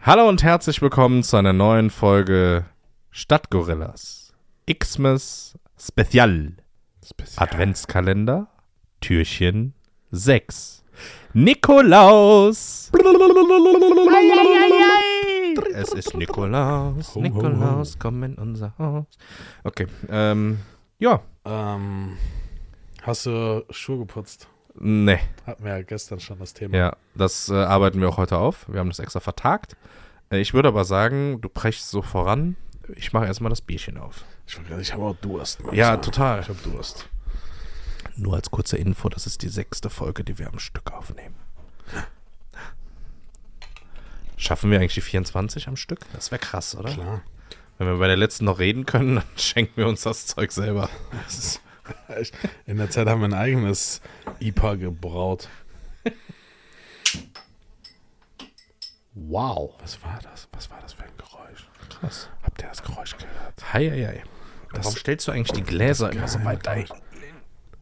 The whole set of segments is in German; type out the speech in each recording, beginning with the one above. Hallo und herzlich willkommen zu einer neuen Folge Stadtgorillas. Xmas Spezial. Adventskalender, Türchen 6. Nikolaus! Es ist Nikolaus, Ho, ho, ho. Nikolaus, komm in unser Haus. Okay, ähm, ja, Ähm, hast du Schuhe geputzt? nee, Hatten wir ja gestern schon das Thema. ja, das äh, arbeiten wir auch heute auf. Wir haben das extra vertagt. Äh, ich würde aber sagen, du brechst so voran. Ich mache erstmal das Bierchen auf. Ich, wollte gerade- ich habe auch Durst. Mann. Ja, So, total. Ich habe Durst. Nur als kurze Info, das ist die sechste Folge, die wir am Stück aufnehmen. Schaffen wir eigentlich die 24 am Stück? Das wäre krass, oder? Klar. Wenn wir bei der letzten noch reden können, dann schenken wir uns das Zeug selber. Das ist- Ich- In der Zeit haben wir ein eigenes IPA gebraut. Wow. Was war das? Was war das für ein Geräusch? Krass. Habt ihr das Geräusch gehört? Hei, hei, hei. Das- Warum stellst du eigentlich die Gläser immer so weit ein?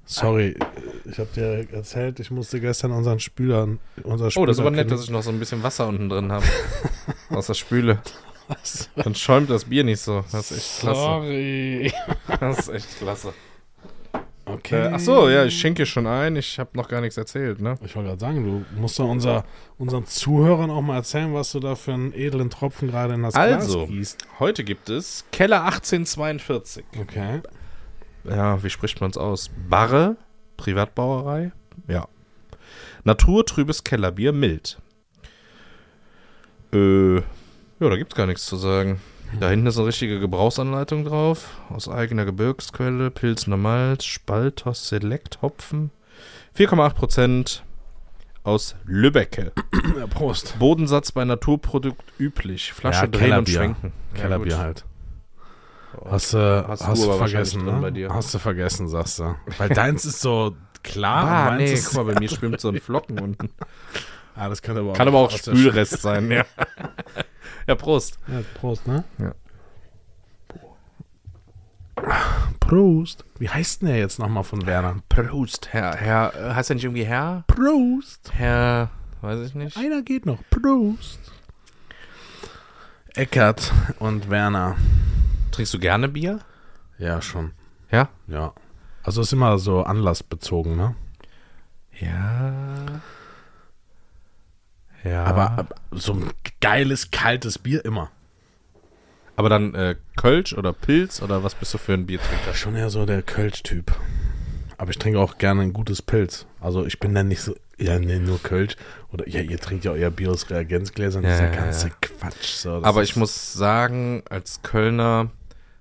Sorry, ich habe dir erzählt, ich musste gestern unseren Spüler, unser Oh, Spüler das ist aber nett, dass ich noch so ein bisschen Wasser unten drin habe. Aus der Spüle. ich Dann schäumt das Bier nicht so. Das ist echt klasse. Sorry. Das ist echt klasse. Okay. Äh, ach so, ja, ich schenke schon ein. Ich habe noch gar nichts erzählt, ne? Ich wollte gerade sagen, du musst doch unser, unseren Zuhörern auch mal erzählen, was du da für einen edlen Tropfen gerade in das Also. Glas gießt. Heute gibt es Keller 1842. Okay. Ja, wie spricht man es aus? Barre, Privatbrauerei. Ja. Naturtrübes Kellerbier, mild. Äh, ja, da gibt's gar nichts zu sagen. Da hinten ist eine richtige Gebrauchsanleitung drauf. Aus eigener Gebirgsquelle, Pilzner Malz, Spaltos Select Hopfen. 4,8% aus Lübbecke. Prost. Bodensatz bei Naturprodukt üblich. Flasche Ja, drehen und Kellerbier. schwenken. Ja, Kellerbier gut. Oh. halt. Hast, du, Hast hast du du aber vergessen, wahrscheinlich drin ne? bei dir. Hast du vergessen, sagst du. Weil deins ist so klar. Ah, und meins nee, ist, guck mal, bei mir schwimmt so ein Flocken unten. ah, das könnte aber auch, Kann aber auch aus der Spülrest sein, ja. Ja, Prost. Sch- Ja, Prost, ne? Ja. Prost. Wie heißt denn der jetzt nochmal von Werner? Prost, Herr. Herr, äh, heißt er nicht irgendwie Herr? Prost. Herr, weiß ich nicht. Einer geht noch. Prost. Eckert und Werner. Trinkst du gerne Bier? Ja, schon. Ja? Ja. Also ist immer so anlassbezogen, ne? Ja. Ja. Aber ab- so ein geiles, kaltes Bier immer. aber dann äh, Kölsch oder Pilz oder was bist du für ein Biertrinker? Schon eher so der Kölsch-Typ. Aber ich trinke auch gerne ein gutes Pilz. Also ich bin dann nicht so, ja, nee, nur Kölsch. Oder ja, ihr trinkt ja euer Bier aus Reagenzgläsern. Ja, Ja, ja, dieser ja. ganze Quatsch. So, das Aber ist- ich muss sagen, als Kölner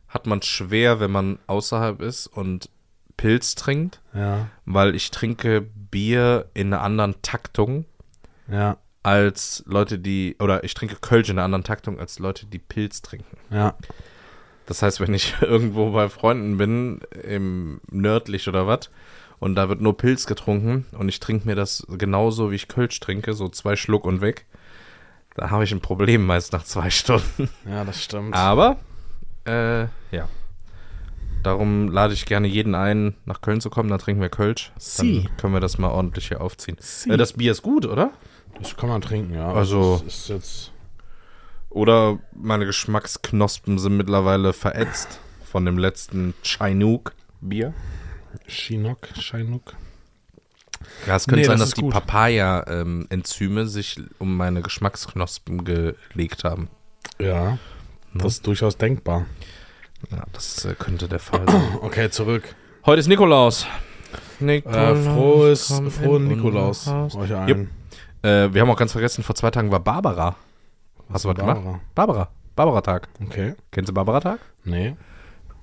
hat man schwer, wenn man außerhalb ist und Pilz trinkt, Ja, weil ich trinke Bier in einer anderen Taktung. ja, als Leute, die, oder ich trinke Kölsch in einer anderen Taktung als Leute, die Pilz trinken. ja. Das heißt, wenn ich irgendwo bei Freunden bin, im nördlich oder was, und da wird nur Pilz getrunken und ich trinke mir das genauso, wie ich Kölsch trinke, so zwei Schluck und weg, da habe ich ein Problem meist nach zwei Stunden. Ja, das stimmt. Aber, äh, ja. Darum lade ich gerne jeden ein, nach Köln zu kommen, dann trinken wir Kölsch. Sie. Dann können wir das mal ordentlich hier aufziehen. Sie. Äh, das Bier ist gut, oder? Das kann man trinken, ja. Also- Das ist jetzt. Oder meine Geschmacksknospen sind mittlerweile verätzt von dem letzten Chinook-Bier. Shinok, Shinok. Ja, es könnte Nee, sein, das dass ist die gut. Papaya-Enzyme sich um meine Geschmacksknospen gelegt haben. Ja. Das ist durchaus denkbar. Ja, das äh, könnte der Fall sein. Okay, zurück. Heute ist Nikolaus. Äh, frohes, komm in frohen unser Nikolaus Haus. euch allen. Jupp. Äh, wir haben auch ganz vergessen, vor zwei Tagen war Barbara. Hast du was Barbara? gemacht? Barbara. Barbara-Tag. Okay. Kennst du Barbara-Tag? Nee.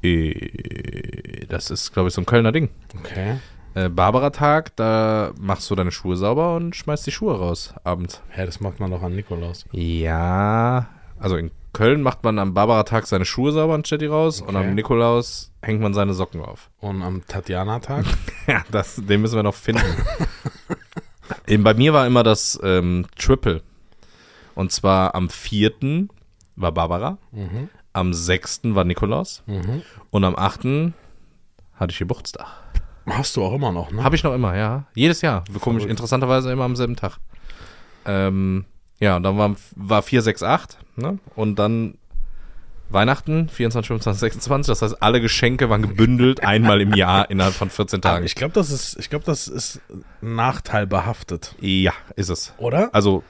Äh, Das ist, glaube ich, so ein Kölner Ding. Okay. Äh, Barbara-Tag, da machst du deine Schuhe sauber und schmeißt die Schuhe raus abends. Hä, das macht man doch an Nikolaus. Ja. Also in Köln macht man am Barbara-Tag seine Schuhe sauber und stellt die raus und Okay. am Nikolaus hängt man seine Socken auf. Und am Tatjana-Tag? Ja, das, den müssen wir noch finden. Eben bei mir war immer das ähm, Triple. Und zwar am 4. war Barbara, mhm. am 6. war Nikolaus Mhm. und am 8. hatte ich Geburtstag. Hast du auch immer noch, ne? Habe ich noch immer, ja. Jedes Jahr. Komisch, interessanterweise immer am selben Tag. Ähm, Ja, und dann war, war 4, 6, 8. Ne? Und dann Weihnachten, 24, 25, 26. Das heißt, alle Geschenke waren gebündelt einmal im Jahr innerhalb von 14 Aber Tagen. ich glaube, das ist, ich glaube, das ist Nachteil behaftet, Ja, ist es. oder? Also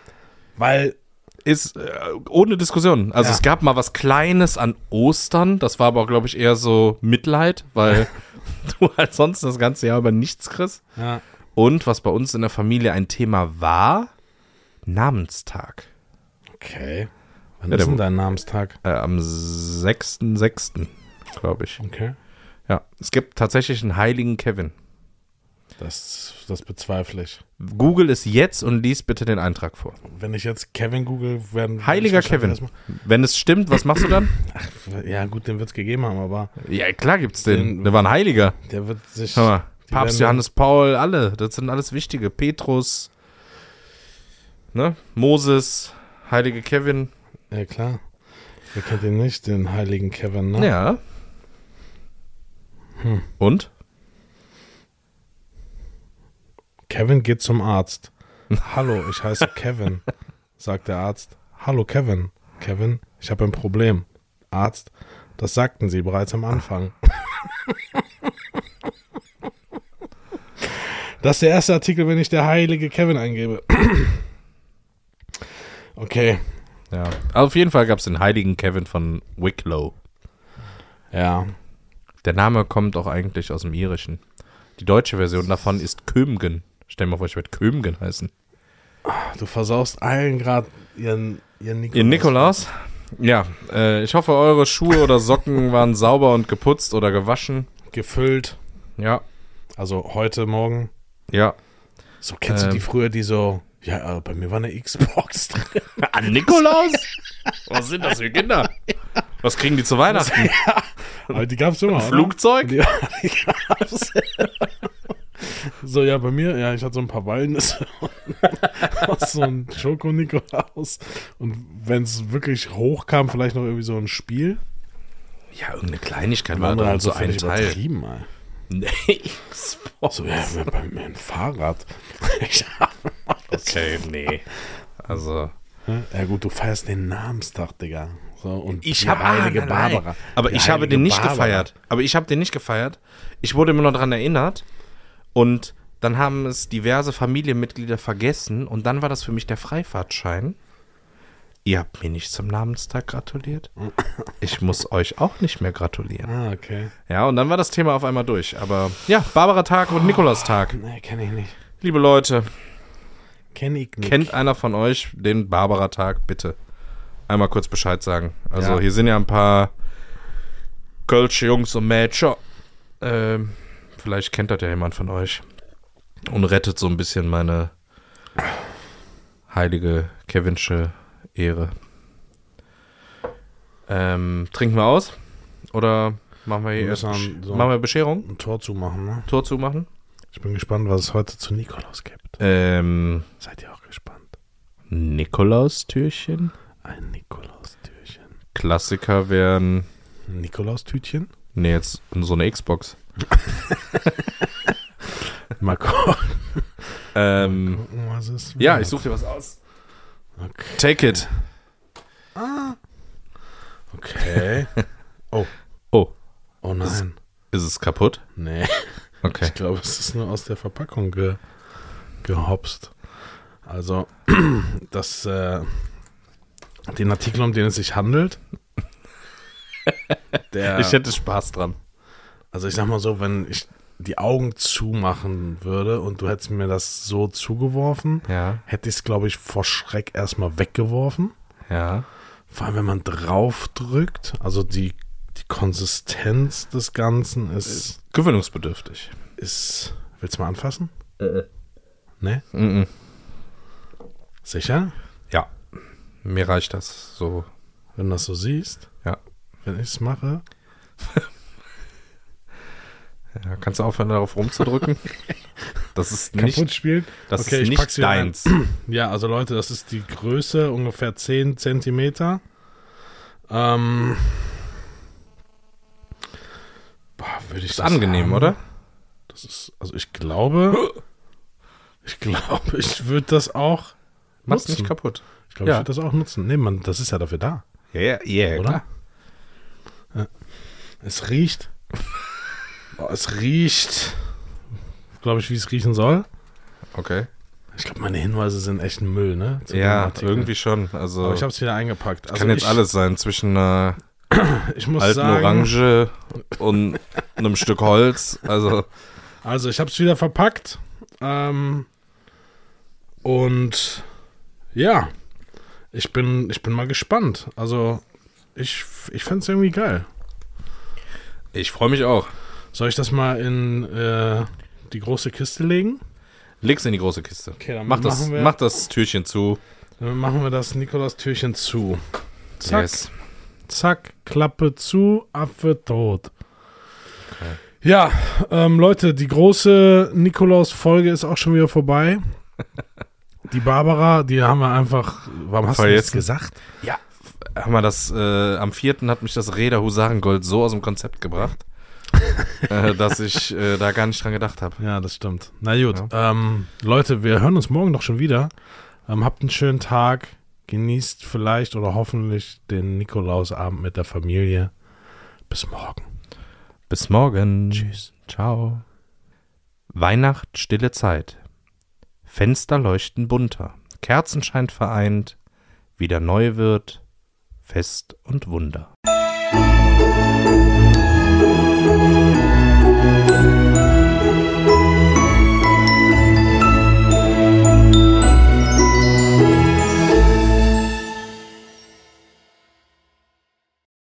Weil ist äh, ohne Diskussion. Also Ja. es gab mal was Kleines an Ostern, das war aber auch, glaube ich, eher so Mitleid, weil du halt sonst das ganze Jahr über nichts kriegst. ja, Und was bei uns in der Familie ein Thema war, Namenstag. okay. Wann Ja, ist der- denn dein Namenstag? Äh, am 6.6., glaube ich. Okay. Ja, es gibt tatsächlich einen heiligen Kevin. Das, das bezweifle ich. Google es jetzt und lies bitte den Eintrag vor. Wenn ich jetzt Kevin google, werden. Heiliger ich wahrscheinlich Kevin. Wenn es stimmt, was machst du dann? erstmal- Ja, gut, den wird es gegeben haben, aber Ja, klar gibt's den. Der war ein Heiliger. der wird sich. Schau mal, Die Papst werden- Johannes Paul, alle, das sind alles wichtige. Petrus, ne? Moses, heilige Kevin. Ja, klar. Ihr kennt den nicht, den heiligen Kevin, ne? Ja. Hm. Und? Kevin geht zum Arzt. Hallo, ich heiße Kevin, sagt der Arzt. Hallo, Kevin. Kevin, ich habe ein Problem. Arzt, das sagten Sie bereits am Anfang. Das ist der erste Artikel, wenn ich der heilige Kevin eingebe. Okay, Ja. Also Auf jeden Fall gab's den heiligen Kevin von Wicklow. ja. Der Name kommt auch eigentlich aus dem Irischen. Die deutsche Version davon ist Kömgen. Stell dir mal vor, ich werde Kömgen heißen. Du versaust allen gerade ihren, ihren Nikolaus. Ihr Nikolaus? Ja, äh, ich hoffe, eure Schuhe oder Socken waren sauber und geputzt oder gewaschen. Gefüllt. Ja, Also heute Morgen. ja. So kennst Ähm. du die früher, die so, ja, äh, bei mir war eine Xbox drin. An Nikolaus? Was sind das für Kinder? Was kriegen die zu Weihnachten? Aber die gab's immer. oder? Flugzeug? Die, die gab's. so, ja, bei mir, ja, ich hatte so ein paar Walnüsse und so ein Schoko-Nikolaus. Und wenn es wirklich hochkam, vielleicht noch irgendwie so ein Spiel. Ja, irgendeine Kleinigkeit war da Andere halt so ein völlig Teil. übertrieben, ey. Nee, So, ja, mir- bei mir ein Fahrrad. Ich hab- okay, nee. Also, ja, gut, du feierst den Namenstag, Digga. So, und ich die habe heilige ah, nein, nein. Barbara. Aber Die ich habe heilige den nicht Barbara. gefeiert. Aber ich habe den nicht gefeiert. Ich wurde immer noch daran erinnert. Und dann haben es diverse Familienmitglieder vergessen. Und dann war das für mich der Freifahrtschein. Ihr habt mir nicht zum Namenstag gratuliert. Ich muss euch auch nicht mehr gratulieren. Ah, okay. Ja, und dann war das Thema auf einmal durch. Aber ja, Barbara-Tag und Nikolaustag. Nee, kenne ich nicht. Liebe Leute, Kenne ich nicht. kennt einer von euch den Barbara-Tag? Bitte einmal kurz Bescheid sagen. Also Ja. hier sind ja ein paar Kölsche Jungs und Mädchen. Ähm, vielleicht kennt das ja jemand von euch. Und rettet so ein bisschen meine heilige Kevinsche Ehre. Ähm, trinken wir aus? Oder machen wir hier Wir erst müssen so- machen wir Bescherung? ein Tor zumachen, ne? Tor zumachen? Ich bin gespannt, was es heute zu Nikolaus gibt. Ähm, Seid ihr auch gespannt? Nikolaustürchen? Ein Nikolaustürchen. Klassiker wären. Ein Nikolaustütchen? Nee, jetzt so eine Xbox. Mal gucken, Oh Ähm, was es ja, wird. ich suche dir was aus. Okay. Take it. okay. Oh, Oh nein. ist es kaputt? Nee, Okay. ich glaube, es ist nur aus der Verpackung ge gehopst. Also, das, äh, den Artikel, um den es sich handelt, der... Ich hätte Spaß dran. Also ich sag mal so, wenn ich die Augen zumachen würde und du hättest mir das so zugeworfen, Ja, hätte ich es, glaube ich, vor Schreck erstmal weggeworfen. ja. Vor allem, wenn man drauf drückt, also die, die Konsistenz des Ganzen ist, Gewöhnungsbedürftig. ist. Willst du mal anfassen? Ne? Mhm. Sicher? Ja. Mir reicht das so. Wenn du das so siehst, Ja. wenn ich es mache. ja. Kannst du aufhören, darauf rumzudrücken? Das ist Kaputt nicht, spielen. das Okay, ist ich nicht pack's hier rein. deins. Ja, also Leute, das ist die Größe ungefähr 10 Zentimeter. Ähm, boah, würde ich Ist angenehm, oder? Das ist, also ich glaube, ich glaube, ich würde das auch Mach's nicht Nutzen. kaputt. Ich glaube, Ja. ich würde das auch nutzen. Nee, man, das ist ja dafür da, Ja, ja, ja. oder? klar. Ja. Es riecht. Boah, es riecht, glaube ich, wie es riechen soll. Okay. Ich glaube, meine Hinweise sind echt ein Müll, ne? Zu dem Ja, Artikel. irgendwie schon. Also Aber ich habe es wieder eingepackt. Also kann jetzt ich, alles sein zwischen einer Ich muss alten sagen, Orange und einem Stück Holz. Also Also ich habe es wieder verpackt. Ähm, und ja, ich bin, ich bin mal gespannt. Also ich, ich fände es irgendwie geil. ich freue mich auch. Soll ich das mal in äh, die große Kiste legen? Leg's in die große Kiste. Okay, dann mach, das, machen wir- mach das Türchen zu. Dann machen wir das Nikolaus-Türchen zu. Zack, Yes. zack, Klappe zu, Affe tot. Ja, ähm, Leute, die große Nikolaus-Folge ist auch schon wieder vorbei. Die Barbara, die haben wir einfach. Warum hast du nichts Vergessen. gesagt? Ja. Haben wir das, äh, am 4. hat mich das Räder Husarengold so aus dem Konzept gebracht, äh, dass ich äh, da gar nicht dran gedacht habe. Ja, das stimmt. Na gut. Ähm, Leute, wir hören uns morgen doch schon wieder. Ähm, habt einen schönen Tag. Genießt vielleicht oder hoffentlich den Nikolausabend mit der Familie. Bis morgen. Bis morgen. Tschüss. Ciao. Weihnacht, stille Zeit. Fenster leuchten bunter. Kerzenschein vereint. Wieder neu wird. Fest und Wunder.